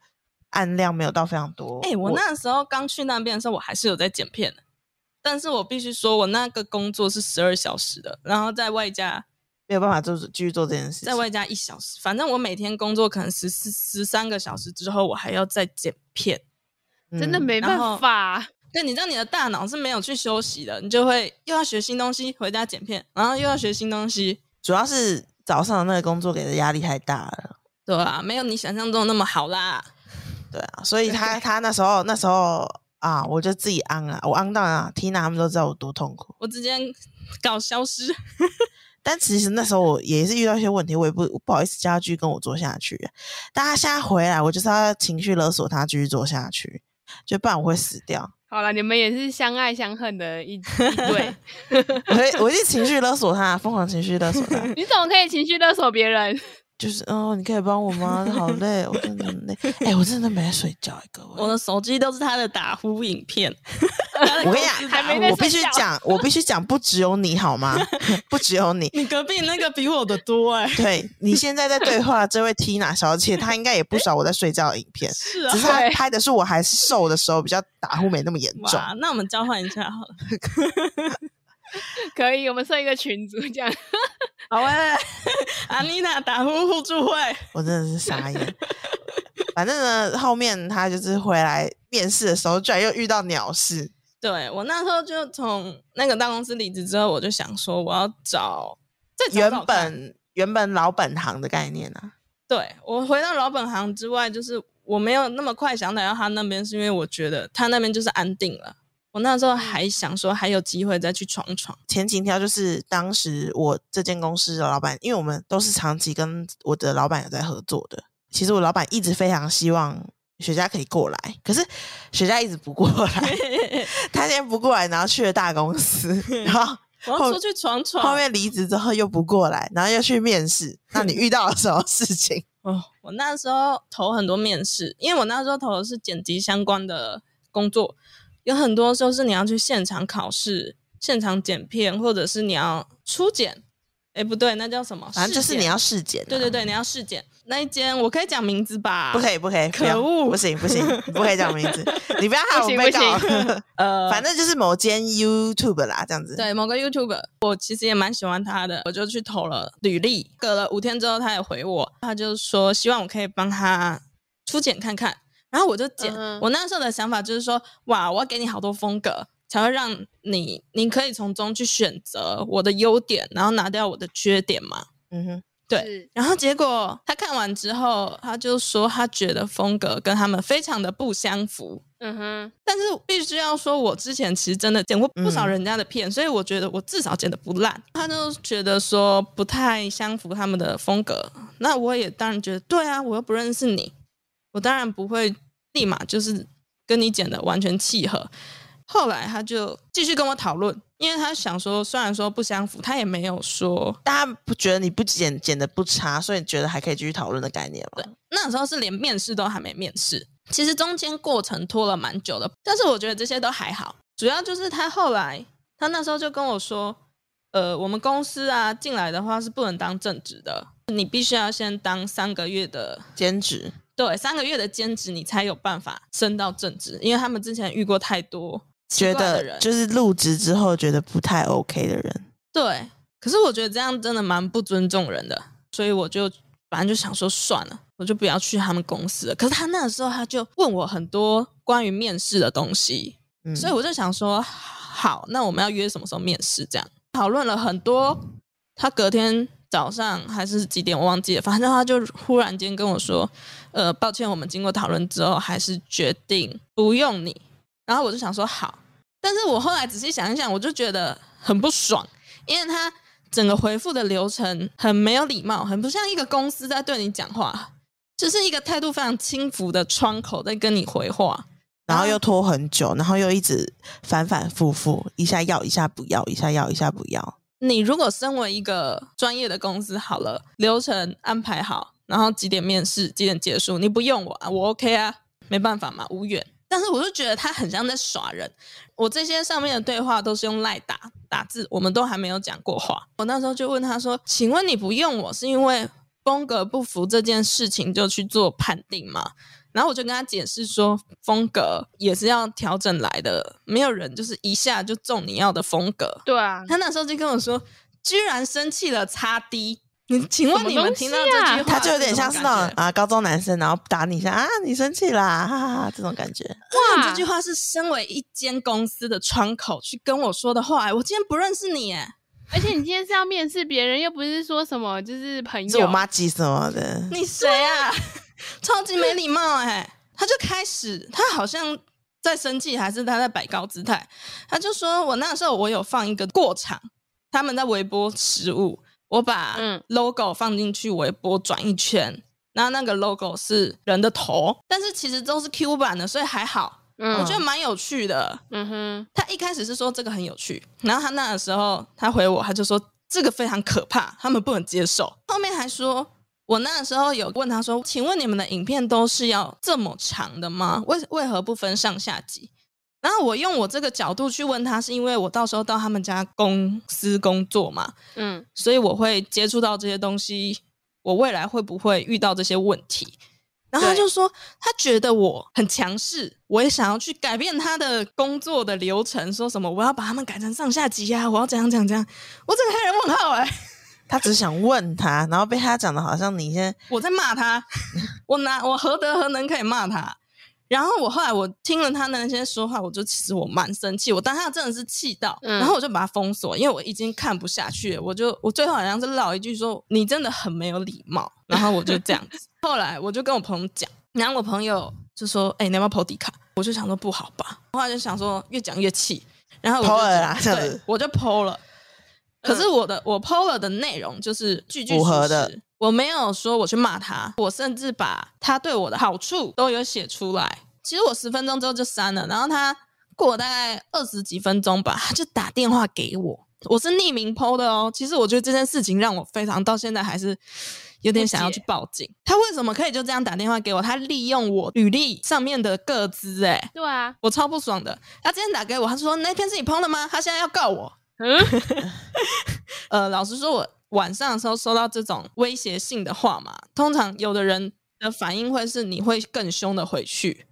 Speaker 1: 案量没有到非常多。
Speaker 3: 哎、我那时候刚去那边的时候，我还是有在剪片的，但是我必须说，我那个工作是十二小时的，然后在外加
Speaker 1: 没有办法做继续做这件事
Speaker 3: 在
Speaker 1: 情。
Speaker 3: 外加一小时，反正我每天工作可能十四十三个小时之后，我还要再剪片。
Speaker 1: 嗯
Speaker 2: 真的没办
Speaker 3: 然后
Speaker 2: 法。
Speaker 3: 对，你知道你的大脑是没有去休息的，你就会又要学新东西，回家剪片，然后又要学新东西。
Speaker 1: 主要是早上的那个工作给的压力太大了。
Speaker 3: 对啊，没有你想象中那么好啦。
Speaker 1: 对啊，所以 他他那时候那时候啊，我就自己昂啊，我昂到啊，Tina 他们都知道我多痛苦。
Speaker 3: 我直接搞消失，
Speaker 1: 但其实那时候我也是遇到一些问题，我也不我不好意思叫他继续跟我做下去。但他现在回来，我就是要情绪勒索他继续做下去，就不然我会死掉。
Speaker 2: 好了，你们也是相爱相恨的 一一对，
Speaker 1: 我会我一定情绪勒索他，疯狂情绪勒索他，
Speaker 2: 你怎么可以情绪勒索别人？
Speaker 1: 就是哦，你可以帮我吗？好累，我真的很累。哎、我真的没在睡觉、哎各位。
Speaker 3: 我的手机都是他的打呼影片。
Speaker 1: 我跟你
Speaker 2: 还没
Speaker 1: 讲，
Speaker 2: 在
Speaker 1: 我必
Speaker 2: 睡
Speaker 1: 须
Speaker 2: 觉
Speaker 1: 讲，我必须讲，不只有你好吗？不只有你，
Speaker 3: 你隔壁那个比我的多哎、
Speaker 1: 对你现在在对话这位 Tina 小姐，她应该也不少我在睡觉的影片，
Speaker 3: 是啊
Speaker 1: 只。是她
Speaker 2: 对
Speaker 1: 拍的是我还是瘦的时候，比较打呼没那么严重。
Speaker 3: 哇，那我们交换一下 好了。
Speaker 2: 可以，我们设一个群组这样。
Speaker 3: 好
Speaker 1: 欸
Speaker 3: 哎、阿妮娜打呼互助会，
Speaker 1: 我真的是傻眼。反正呢，后面他就是回来面试的时候，居然又遇到鸟事。
Speaker 3: 对我那时候就从那个大公司离职之后，我就想说我要找再找
Speaker 1: 原
Speaker 3: 找看
Speaker 1: 本原本老本行的概念啊，
Speaker 3: 对我回到老本行之外，就是我没有那么快想来到他那边，是因为我觉得他那边就是安定了。我那时候还想说还有机会再去闯闯，，
Speaker 1: 前情条就是当时我这间公司的老板，因为我们都是长期跟我的老板有在合作的。其实我老板一直非常希望雪茄可以过来，可是雪茄一直不过来他先不过来，然后去了大公司，然后
Speaker 3: 我要出去闯闯。
Speaker 1: 后面离职之后又不过来，然后又去面试。那你遇到了什么事情？
Speaker 3: 哦，我那时候投很多面试，因为我那时候投的是剪辑相关的工作，有很多时候是你要去现场考试、现场剪片，或者是你要初剪，哎，不对，那叫什么？
Speaker 1: 反正就
Speaker 3: 试
Speaker 1: 是
Speaker 3: 剪
Speaker 1: 你要试检、
Speaker 3: 对对，对，你要试检那一间，我可以讲名字吧？
Speaker 1: 不可以不可以，不
Speaker 3: 可
Speaker 1: 要
Speaker 3: 恶
Speaker 1: 不行不行，不可以讲名 字，你不要害我
Speaker 2: 不行
Speaker 1: 被
Speaker 2: 不
Speaker 1: 告。
Speaker 3: 呃，
Speaker 1: 反正就是某间 YouTube 啦，这样子。
Speaker 3: 对某个 YouTuber，我其实也蛮喜欢他的，我就去投了履历。隔了五天之后，他也回我，他就说希望我可以帮他初检看看。然后我就检，
Speaker 2: 嗯哼
Speaker 3: 我那时候的想法就是说，哇，我要给你好多风格，才会让你你可以从中去选择我的优点，然后拿掉我的缺点嘛。
Speaker 1: 嗯哼，
Speaker 3: 对然后结果他看完之后，他就说他觉得风格跟他们非常的不相符。
Speaker 2: 嗯哼，
Speaker 3: 但是必须要说，我之前其实真的剪过不少
Speaker 1: 嗯
Speaker 3: 人家的片，所以我觉得我至少剪的不烂。他就觉得说不太相符他们的风格，那我也当然觉得对啊，我又不认识你，我当然不会立马就是跟你剪的完全契合。后来他就继续跟我讨论，因为他想说，虽然说不相符，他也没有说
Speaker 1: 大家不觉得你不剪剪的不差，所以你觉得还可以继续讨论的概念吗？
Speaker 3: 那时候是连面试都还没面试，其实中间过程拖了蛮久的，但是我觉得这些都还好，主要就是他后来，他那时候就跟我说，呃，我们公司啊进来的话是不能当正职的，你必须要先当三个月的，
Speaker 1: 兼职，
Speaker 3: 对，三个月的兼职，你才有办法升到正职，因为他们之前遇过太多奇
Speaker 1: 觉
Speaker 3: 怪的人
Speaker 1: 得，就是入职之后觉得不太 OK 的人，
Speaker 3: 对，可是我觉得这样真的蛮不尊重人的，所以我就反正就想说算了，我就不要去他们公司了。可是他那个时候他就问我很多关于面试的东西，
Speaker 1: 嗯，
Speaker 3: 所以我就想说好，那我们要约什么时候面试？这样讨论了很多。他隔天早上还是几点我忘记了，反正他就忽然间跟我说，呃，抱歉，我们经过讨论之后还是决定不用你。然后我就想说好，但是我后来仔细想一想，我就觉得很不爽，因为他整个回复的流程很没有礼貌，很不像一个公司在对你讲话，就是一个态度非常轻浮的窗口在跟你回话。
Speaker 1: 然后又拖很久，然后又一直反反复复，一下要，一下不要，一下要，一下不要。
Speaker 3: 你如果身为一个专业的公司，好了，流程安排好，然后几点面试，几点结束，你不用我啊，我 OK 啊，没办法嘛，无缘。但是我就觉得他很像在耍人。我这些上面的对话都是用赖打打字，我们都还没有讲过话。我那时候就问他说：“请问你不用我是因为风格不符这件事情就去做判定吗？”然后我就跟他解释说，风格也是要调整来的，没有人就是一下就中你要的风格。
Speaker 2: 对啊，
Speaker 3: 他那时候就跟我说，居然生气了，擦低。你请问你们听到这句
Speaker 2: 什么
Speaker 3: 话
Speaker 2: 东西
Speaker 1: 他
Speaker 2: 啊，
Speaker 1: 就有点像是那种
Speaker 3: 种
Speaker 1: 啊高中男生，然后打你一下啊，你生气啦，哈哈哈，这种感觉。
Speaker 3: 哇，这句话是身为一间公司的窗口去跟我说的话、哎我今天不认识你耶，
Speaker 2: 而且你今天是要面试别人，又不是说什么就是朋
Speaker 1: 是
Speaker 2: 友。
Speaker 1: 我妈急什么的，
Speaker 3: 你谁啊？超级没礼貌哎、他就开始，他好像在生气，还是他在摆高姿态？他就说我那时候我有放一个过场，他们在微波食物，我把
Speaker 2: 嗯
Speaker 3: logo 放进去微波转一圈，然后那个 logo 是人的头，但是其实都是 Q 版的，所以还好，
Speaker 2: 嗯，
Speaker 3: 我觉得蛮有趣的。
Speaker 2: 嗯哼，
Speaker 3: 他一开始是说这个很有趣，然后他那个时候他回我，他就说这个非常可怕，他们不能接受。后面还说，我那个时候有问他说，请问你们的影片都是要这么长的吗？为为何不分上下集？然后我用我这个角度去问他，是因为我到时候到他们家公司工作嘛，
Speaker 2: 嗯
Speaker 3: 所以我会接触到这些东西，我未来会不会遇到这些问题？然后他
Speaker 2: 对
Speaker 3: 就说，他觉得我很强势，我也想要去改变他的工作的流程，说什么我要把他们改成上下级啊，我要怎样怎样怎样，我整个黑人问号哎、
Speaker 1: 他只想问他，然后被他讲的好像你现在
Speaker 3: 我在骂他， 我哪我何德何能可以骂他？然后我后来我听了他那些说话，我就其实我蛮生气，我当下真的是气到，
Speaker 2: 嗯
Speaker 3: 然后我就把他封锁，因为我已经看不下去了，我就我最后好像是唠一句说你真的很没有礼貌，然后我就这样子。后来我就跟我朋友讲，然后我朋友就说：“哎、你要不要跑迪卡？”我就想说不好吧，后来就想说越讲越气，然后我就
Speaker 1: 剖了啦这样
Speaker 3: 对
Speaker 1: 子
Speaker 3: 我就剖了。可是我的、我 PO 了的内容就是句句
Speaker 1: 嗯符
Speaker 3: 属
Speaker 1: 合
Speaker 3: 实
Speaker 1: 的，
Speaker 3: 我没有说我去骂他，我甚至把他对我的好处都有写出来。其实我十分钟之后就删了，然后他过了大概二十几分钟吧，他就打电话给我，我是匿名 PO 的哦。其实我觉得这件事情让我非常到现在还是有点想要去报警。他为什么可以就这样打电话给我？他利用我履历上面的个资、欸，
Speaker 2: 对啊，
Speaker 3: 我超不爽的。他之前打给我，他说那篇是你 PO 的吗？他现在要告我。
Speaker 2: 嗯，
Speaker 3: 呃，老实说我，我晚上的时候收到这种威胁性的话嘛，通常有的人的反应会是你会更凶的回去，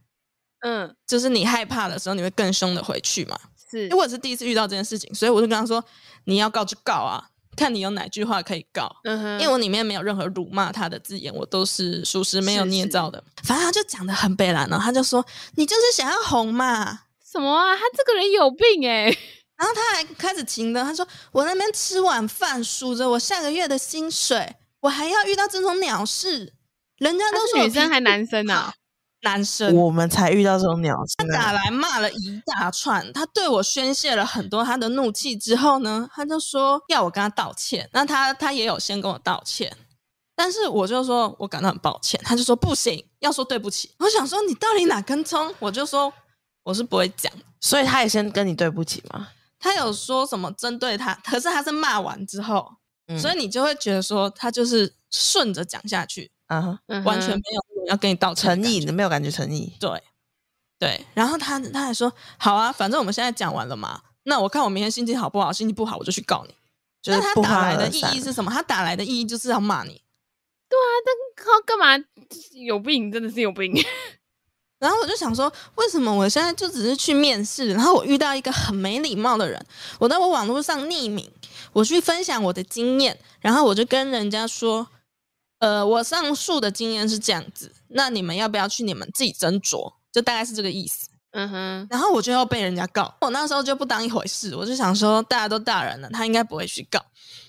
Speaker 2: 嗯，
Speaker 3: 就是你害怕的时候你会更凶的回去嘛。
Speaker 2: 是
Speaker 3: 因为我是第一次遇到这件事情，所以我就跟他说：“你要告就告啊，看你有哪句话可以告。”
Speaker 2: 嗯哼，
Speaker 3: 因为我里面没有任何辱骂他的字眼，我都是属实没有
Speaker 2: 是
Speaker 3: 捏
Speaker 2: 是
Speaker 3: 造的。反正他就讲的很悲然，然后他就说：“你就是想要红嘛。”
Speaker 2: 什么啊？他这个人有病哎、
Speaker 3: 然后他还开始停的，他说：“我那边吃晚饭，数着我下个月的薪水，我还要遇到这种鸟事。人家
Speaker 2: 他
Speaker 3: 都
Speaker 2: 是
Speaker 3: 说我
Speaker 2: 女生
Speaker 3: 脾
Speaker 2: 还
Speaker 3: 气
Speaker 2: 男生啊？
Speaker 3: 男生，
Speaker 1: 我们才遇到这种鸟
Speaker 3: 他
Speaker 1: 事
Speaker 3: 打
Speaker 1: 啊。
Speaker 3: 来骂了一大串，他对我宣泄了很多他的怒气之后呢，他就说要我跟他道歉。那他他也有先跟我道歉，但是我就说我感到很抱歉，他就说不行，要说对不起。我想说你到底哪根葱？我就说我是不会讲。
Speaker 1: 所以他也先跟你对不起嘛。
Speaker 3: 他有说什么针对他，可是他是骂完之后，
Speaker 1: 嗯
Speaker 3: 所以你就会觉得说他就是顺着讲下去，
Speaker 1: 啊哈，
Speaker 2: 嗯哼
Speaker 3: 完全没有要跟你道歉的
Speaker 1: 诚
Speaker 3: 感
Speaker 1: 意
Speaker 3: 觉
Speaker 1: 没有感觉诚意，
Speaker 3: 对对，然后他他还说好啊，反正我们现在讲完了嘛，那我看我明天心情好不好，心情不好我就去告你。
Speaker 1: 就是
Speaker 3: 那
Speaker 1: 不
Speaker 3: 他打
Speaker 1: 欢
Speaker 3: 来的
Speaker 1: 而
Speaker 3: 意
Speaker 1: 散
Speaker 3: 义。是什么？他打来的意义就是要骂你。
Speaker 2: 靠干嘛？有病，真的是有病。
Speaker 3: 然后我就想说，为什么我现在就只是去面试，然后我遇到一个很没礼貌的人，我在我网络上匿名，我去分享我的经验，然后我就跟人家说，呃，我上述的经验是这样子，那你们要不要去你们自己斟酌？就大概是这个意思。
Speaker 2: 嗯哼，
Speaker 3: 然后我就要被人家告，我那时候就不当一回事，我就想说大家都大人了，他应该不会去告。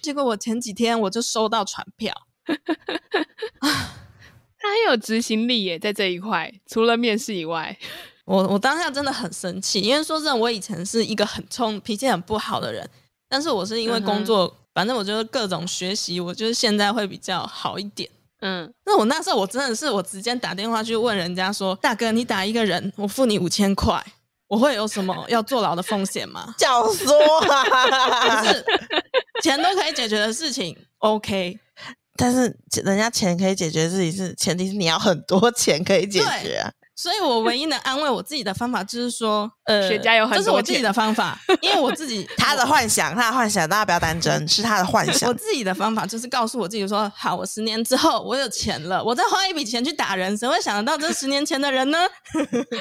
Speaker 3: 结果我前几天我就收到传票，
Speaker 2: 他很有执行力耶，在这一块，除了面试以外，
Speaker 3: 我我当下真的很生气，因为说真的，我以前是一个很冲、脾气很不好的人，但是我是因为
Speaker 2: 嗯哼
Speaker 3: 工作，反正我就是各种学习，我就是现在会比较好一点。
Speaker 2: 嗯，
Speaker 3: 那我那时候我真的是我直接打电话去问人家说：“大哥，你打一个人，我付你五千块，我会有什么要坐牢的风险吗？”
Speaker 1: 教唆 啊！
Speaker 3: 是钱都可以解决的事情，OK。
Speaker 1: 但是人家钱可以解决自己是前提是你要很多钱可以解决啊。
Speaker 3: 所以我唯一能安慰我自己的方法就是说，呃，
Speaker 2: 雪茄有很
Speaker 3: 这是
Speaker 2: 多
Speaker 3: 我自己
Speaker 2: 钱
Speaker 3: 的方法，因为我自己
Speaker 1: 他的幻想，他的幻想，大家不要当真，是他的幻
Speaker 3: 我
Speaker 1: 想。
Speaker 3: 自己的方法就是告诉我自己说，好，我十年之后我有钱了，我再花一笔钱去打人，谁会想得到这十年前的 人呢？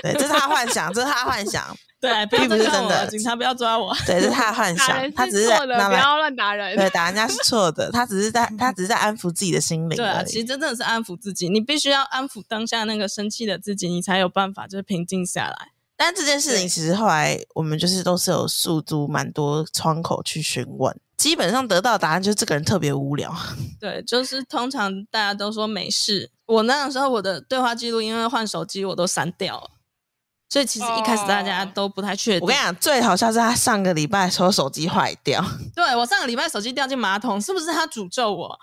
Speaker 1: 对，这是他的幻想，这是他的幻想，
Speaker 3: 对，不要
Speaker 1: 并不
Speaker 3: 再
Speaker 1: 是
Speaker 3: 告
Speaker 1: 真
Speaker 3: 我
Speaker 1: 的
Speaker 3: 了，警察不要抓我。
Speaker 1: 对，这是他的 幻
Speaker 2: 打
Speaker 1: 想
Speaker 2: 人。
Speaker 1: 他只是
Speaker 2: 啊错的，
Speaker 1: 拿
Speaker 2: 不
Speaker 1: 来
Speaker 2: 要乱打人。
Speaker 1: 对打人家是错的，他只是在他只是在安抚自己的心灵
Speaker 3: 对啊，
Speaker 1: 而
Speaker 3: 其实
Speaker 1: 已。
Speaker 3: 这真的是安抚自己，你必须要安抚当下那个生气的自己，你才有办法就是平静下来。
Speaker 1: 但这件事情其实后来我们就是都是有诉诸蛮多窗口去询问，基本上得到的答案就是这个人特别无聊。
Speaker 3: 对，就是通常大家都说没事。我那个时候我的对话记录，因为换手机我都删掉了，所以其实一开始大家
Speaker 2: 哦
Speaker 3: 都不太确
Speaker 1: 我
Speaker 3: 定。
Speaker 1: 跟你讲，最好笑是他上个礼拜说手机坏掉，
Speaker 3: 对我上个礼拜手机掉进马桶，是不是他诅咒我？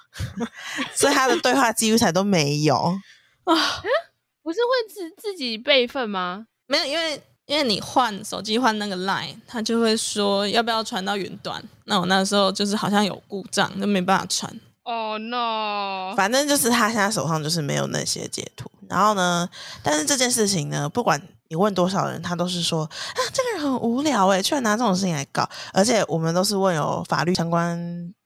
Speaker 1: 所以他的对话记录才都没有。
Speaker 2: 不是会自自己备份吗？
Speaker 3: 没有，因为因为你换手机换那个 Line，他就会说要不要传到云端。那我那时候就是好像有故障，就没办法传。
Speaker 2: 哦、no！
Speaker 1: 反正就是他现在手上就是没有那些截图。然后呢，但是这件事情呢，不管你问多少人，他都是说啊，这个人很无聊欸诶，居然拿这种事情来搞。而且我们都是问有法律相关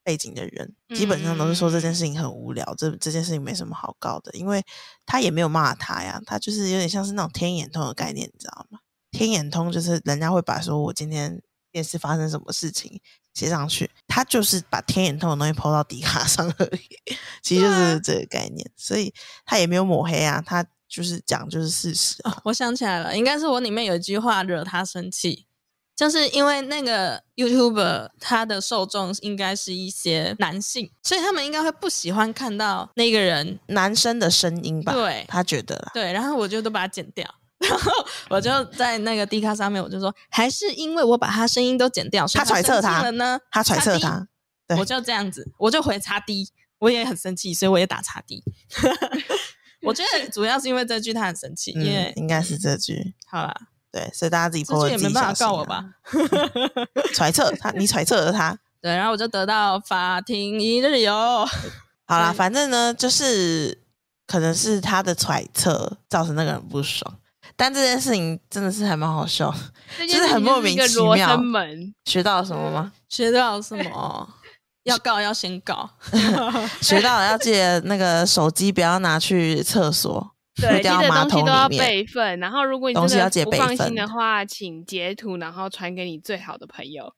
Speaker 1: 背景的人，基本上都是说这件事情很无聊，这这件事情没什么好搞的，因为他也没有骂他呀，他就是有点像是那种天眼通的概念，你知道吗？天眼通就是人家会把说我今天电视发生什么事情写上去，他就是把天眼通的东西抛到迪卡上而已，其实就
Speaker 2: 对
Speaker 1: 是
Speaker 2: 啊
Speaker 1: 这个概念，所以他也没有抹黑啊，他就是讲就是事实啊，
Speaker 3: 我想起来了，应该是我里面有一句话惹他生气，就是因为那个 YouTuber 他的受众应该是一些男性，所以他们应该会不喜欢看到那个人。
Speaker 1: 男生的声音吧，
Speaker 3: 对
Speaker 1: 他觉得啦，
Speaker 3: 对，然后我就都把它剪掉。然后我就在那个 D 卡上面，我就说，还是因为我把他声音都剪掉，所以
Speaker 1: 他揣测
Speaker 3: 生气
Speaker 1: 他
Speaker 3: 了呢。
Speaker 1: 他揣测
Speaker 3: 他
Speaker 1: 他，对
Speaker 3: 我就这样子，我就回叉 D，我也很生气，所以我也打叉 D。我觉得主要是因为这句他很生气，因为
Speaker 1: 嗯，应该是这句。
Speaker 3: 好啦，
Speaker 1: 对，所以大家自己
Speaker 3: 这
Speaker 1: 破
Speaker 3: 句
Speaker 1: 了
Speaker 3: 也
Speaker 1: 自己
Speaker 3: 没
Speaker 1: 小
Speaker 3: 办法
Speaker 1: 心、
Speaker 3: 告我
Speaker 1: 啊。
Speaker 3: 吧。
Speaker 1: 揣测他，你揣测了他。
Speaker 3: 对，然后我就得到法庭一日游。
Speaker 1: 好啦，
Speaker 3: 所以
Speaker 1: 反正呢，就是可能是他的揣测造成那个人不爽，但这件事情真的是还蛮好笑。
Speaker 2: 这
Speaker 1: 就
Speaker 2: 件
Speaker 1: 是
Speaker 2: 事
Speaker 1: 很
Speaker 2: 情
Speaker 1: 莫
Speaker 2: 就是一
Speaker 1: 名
Speaker 2: 个
Speaker 1: 其
Speaker 2: 罗
Speaker 1: 妙
Speaker 2: 生门，
Speaker 1: 学到了什么吗？
Speaker 3: 学到什么？要告要先告，
Speaker 1: 学到了要记得那个手机不要拿去厕所，
Speaker 2: 对，
Speaker 1: 一
Speaker 2: 记
Speaker 1: 定要
Speaker 2: 得
Speaker 1: 马
Speaker 2: 东西
Speaker 1: 桶
Speaker 2: 都要
Speaker 1: 里面。
Speaker 2: 备份。然后，如果你
Speaker 1: 东西
Speaker 2: 真
Speaker 1: 要
Speaker 2: 的
Speaker 1: 记得
Speaker 2: 不
Speaker 1: 备
Speaker 2: 放
Speaker 1: 份
Speaker 2: 心的话，请截图，然后传给你最好的朋友。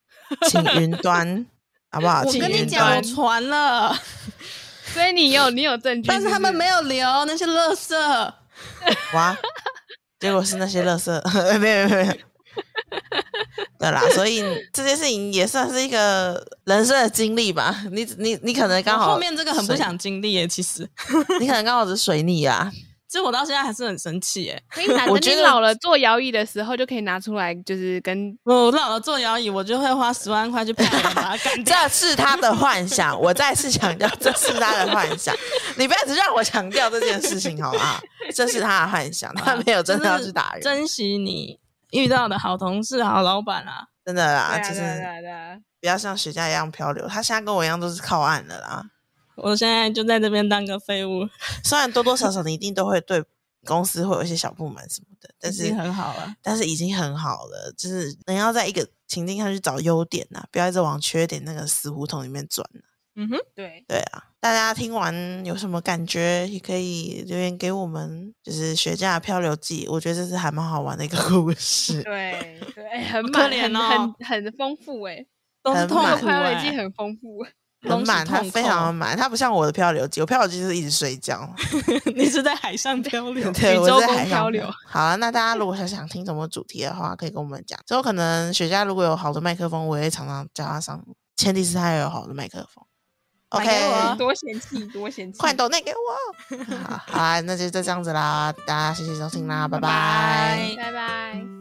Speaker 1: 请云 端，好不好？
Speaker 3: 我
Speaker 1: 请
Speaker 3: 跟你
Speaker 1: 云
Speaker 3: 讲，
Speaker 1: 端
Speaker 3: 我传了，
Speaker 2: 所以你有你有证据，
Speaker 3: 但是他们没有留那些垃圾。
Speaker 1: 哇，结果是那些垃圾， 没有没有没有。对 啦，所以这件事情也算是一个人生的经历吧。你你你可能哎刚
Speaker 3: 我
Speaker 1: 好
Speaker 3: 后面这个很不
Speaker 1: 水，
Speaker 3: 想经历耶，其实，
Speaker 1: 你可能刚好是水逆啊 啦。
Speaker 3: 其实我到现在还是很生气耶。
Speaker 2: 可以拿。
Speaker 1: 我
Speaker 2: 等
Speaker 1: 觉
Speaker 2: 你
Speaker 1: 得
Speaker 2: 老了坐摇椅的时候，就可以拿出来，就是跟
Speaker 3: 我老了坐摇椅，我就会花十万块去派人把它干掉。
Speaker 1: 这是他的幻想，我再次强调，这是他的幻 想。你不要只让我强调这件事情，好不好？这是他的幻想， 他没有真的要去打
Speaker 3: 就是
Speaker 1: 人，
Speaker 3: 珍惜你遇到的好同事、好老板啊。
Speaker 1: 真的啦。
Speaker 2: 对啊
Speaker 1: 就
Speaker 2: 对啊对
Speaker 1: 是
Speaker 2: 啊对啊，
Speaker 1: 不要像雪茄一样漂流，他现在跟我一样都是靠岸了啦。
Speaker 3: 我现在就在这边当个废物，
Speaker 1: 虽然多多少少你一定都会对公司会有一些小不满什么的，但
Speaker 3: 已
Speaker 1: 是
Speaker 3: 经很好了。
Speaker 1: 但是已经很好了，就是你要在一个情境下去找优点呐、不要一直往缺点那个死胡同里面转、
Speaker 3: 嗯哼，
Speaker 2: 对，
Speaker 1: 对啊，大家听完有什么感觉，也可以留言给我们。就是学驾漂流记，我觉得这是还蛮好玩的一个 故事。
Speaker 2: 对对， 哎很
Speaker 3: 好
Speaker 2: 满，
Speaker 3: 可怜
Speaker 2: 很
Speaker 3: 哦
Speaker 2: 很很丰富哎，
Speaker 3: 都是
Speaker 1: 很
Speaker 3: 痛
Speaker 1: 满欸
Speaker 3: 苦
Speaker 2: 漂流记
Speaker 3: 哎、
Speaker 2: 很丰富，
Speaker 1: 很满，
Speaker 3: 东西
Speaker 1: 它
Speaker 3: 痛
Speaker 1: 非常的满，它不像我的漂流记，我漂流记就是一直睡觉。
Speaker 3: 你是在海上漂流，
Speaker 1: 对，
Speaker 2: 宇
Speaker 1: 我
Speaker 2: 宙
Speaker 1: 在
Speaker 2: 公
Speaker 1: 海上
Speaker 2: 漂
Speaker 1: 的
Speaker 2: 流。
Speaker 1: 好啊，那大家如果想想听什么主题的话，可以跟我们讲。之后可能雪茄如果有好的麦克风，我也常常叫他上，前提是他也有好的麦克风。
Speaker 3: 买给
Speaker 1: OK，
Speaker 3: 我啊
Speaker 2: 多嫌弃多嫌 弃，
Speaker 1: 快抖内给 我。好好啊，那就就这样子啦，大家谢谢收听啦，拜拜
Speaker 3: 拜
Speaker 2: 拜拜。